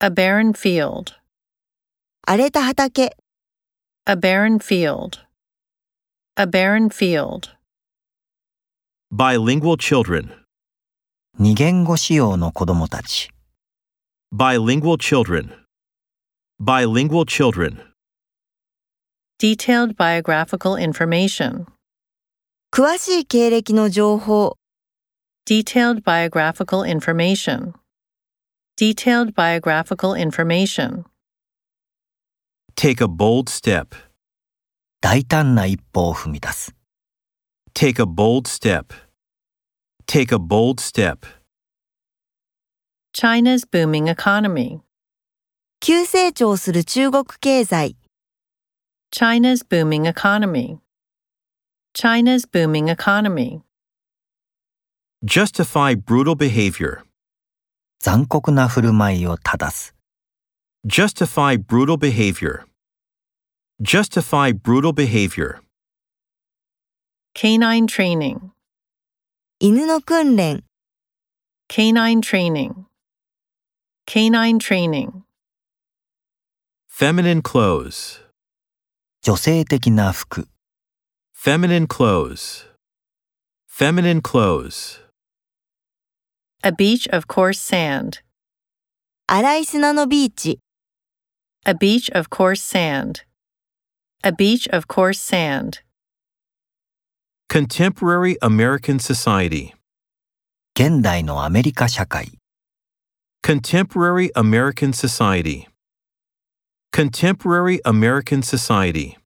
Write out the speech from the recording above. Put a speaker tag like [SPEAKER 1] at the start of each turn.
[SPEAKER 1] A barren field.
[SPEAKER 2] 荒れた畑、
[SPEAKER 1] A barren field. A barren field.
[SPEAKER 3] Bilingual children.
[SPEAKER 4] 二言語仕様の子供たち、
[SPEAKER 3] Bilingual children. Bilingual children.
[SPEAKER 1] Detailed biographical information.
[SPEAKER 2] 詳しい経歴の情報、
[SPEAKER 1] Detailed biographical information. Detailed biographical information.
[SPEAKER 3] Take a bold step.
[SPEAKER 4] 大胆な一歩を踏み出す。
[SPEAKER 3] Take a bold step. Take a bold step.
[SPEAKER 1] China's booming economy.
[SPEAKER 2] 急成長する中国経済、
[SPEAKER 1] China's booming economy. China's booming economy.
[SPEAKER 3] Justify brutal behavior.
[SPEAKER 4] 残酷な振る舞いを正す。
[SPEAKER 3] Justify brutal behavior. Justify brutal behavior.
[SPEAKER 1] Canine training.
[SPEAKER 2] 犬の訓練、
[SPEAKER 1] Canine training. Canine training.
[SPEAKER 3] Feminine clothes.
[SPEAKER 4] 女性的な服、
[SPEAKER 3] Feminine clothes. Feminine clothes.
[SPEAKER 1] A beach of coarse sand.
[SPEAKER 2] 荒い砂のビーチ、
[SPEAKER 1] A beach of coarse sand. A beach of coarse sand.
[SPEAKER 3] Contemporary American society.
[SPEAKER 4] 現代のアメリカ社会、
[SPEAKER 3] Contemporary American society. Contemporary American society.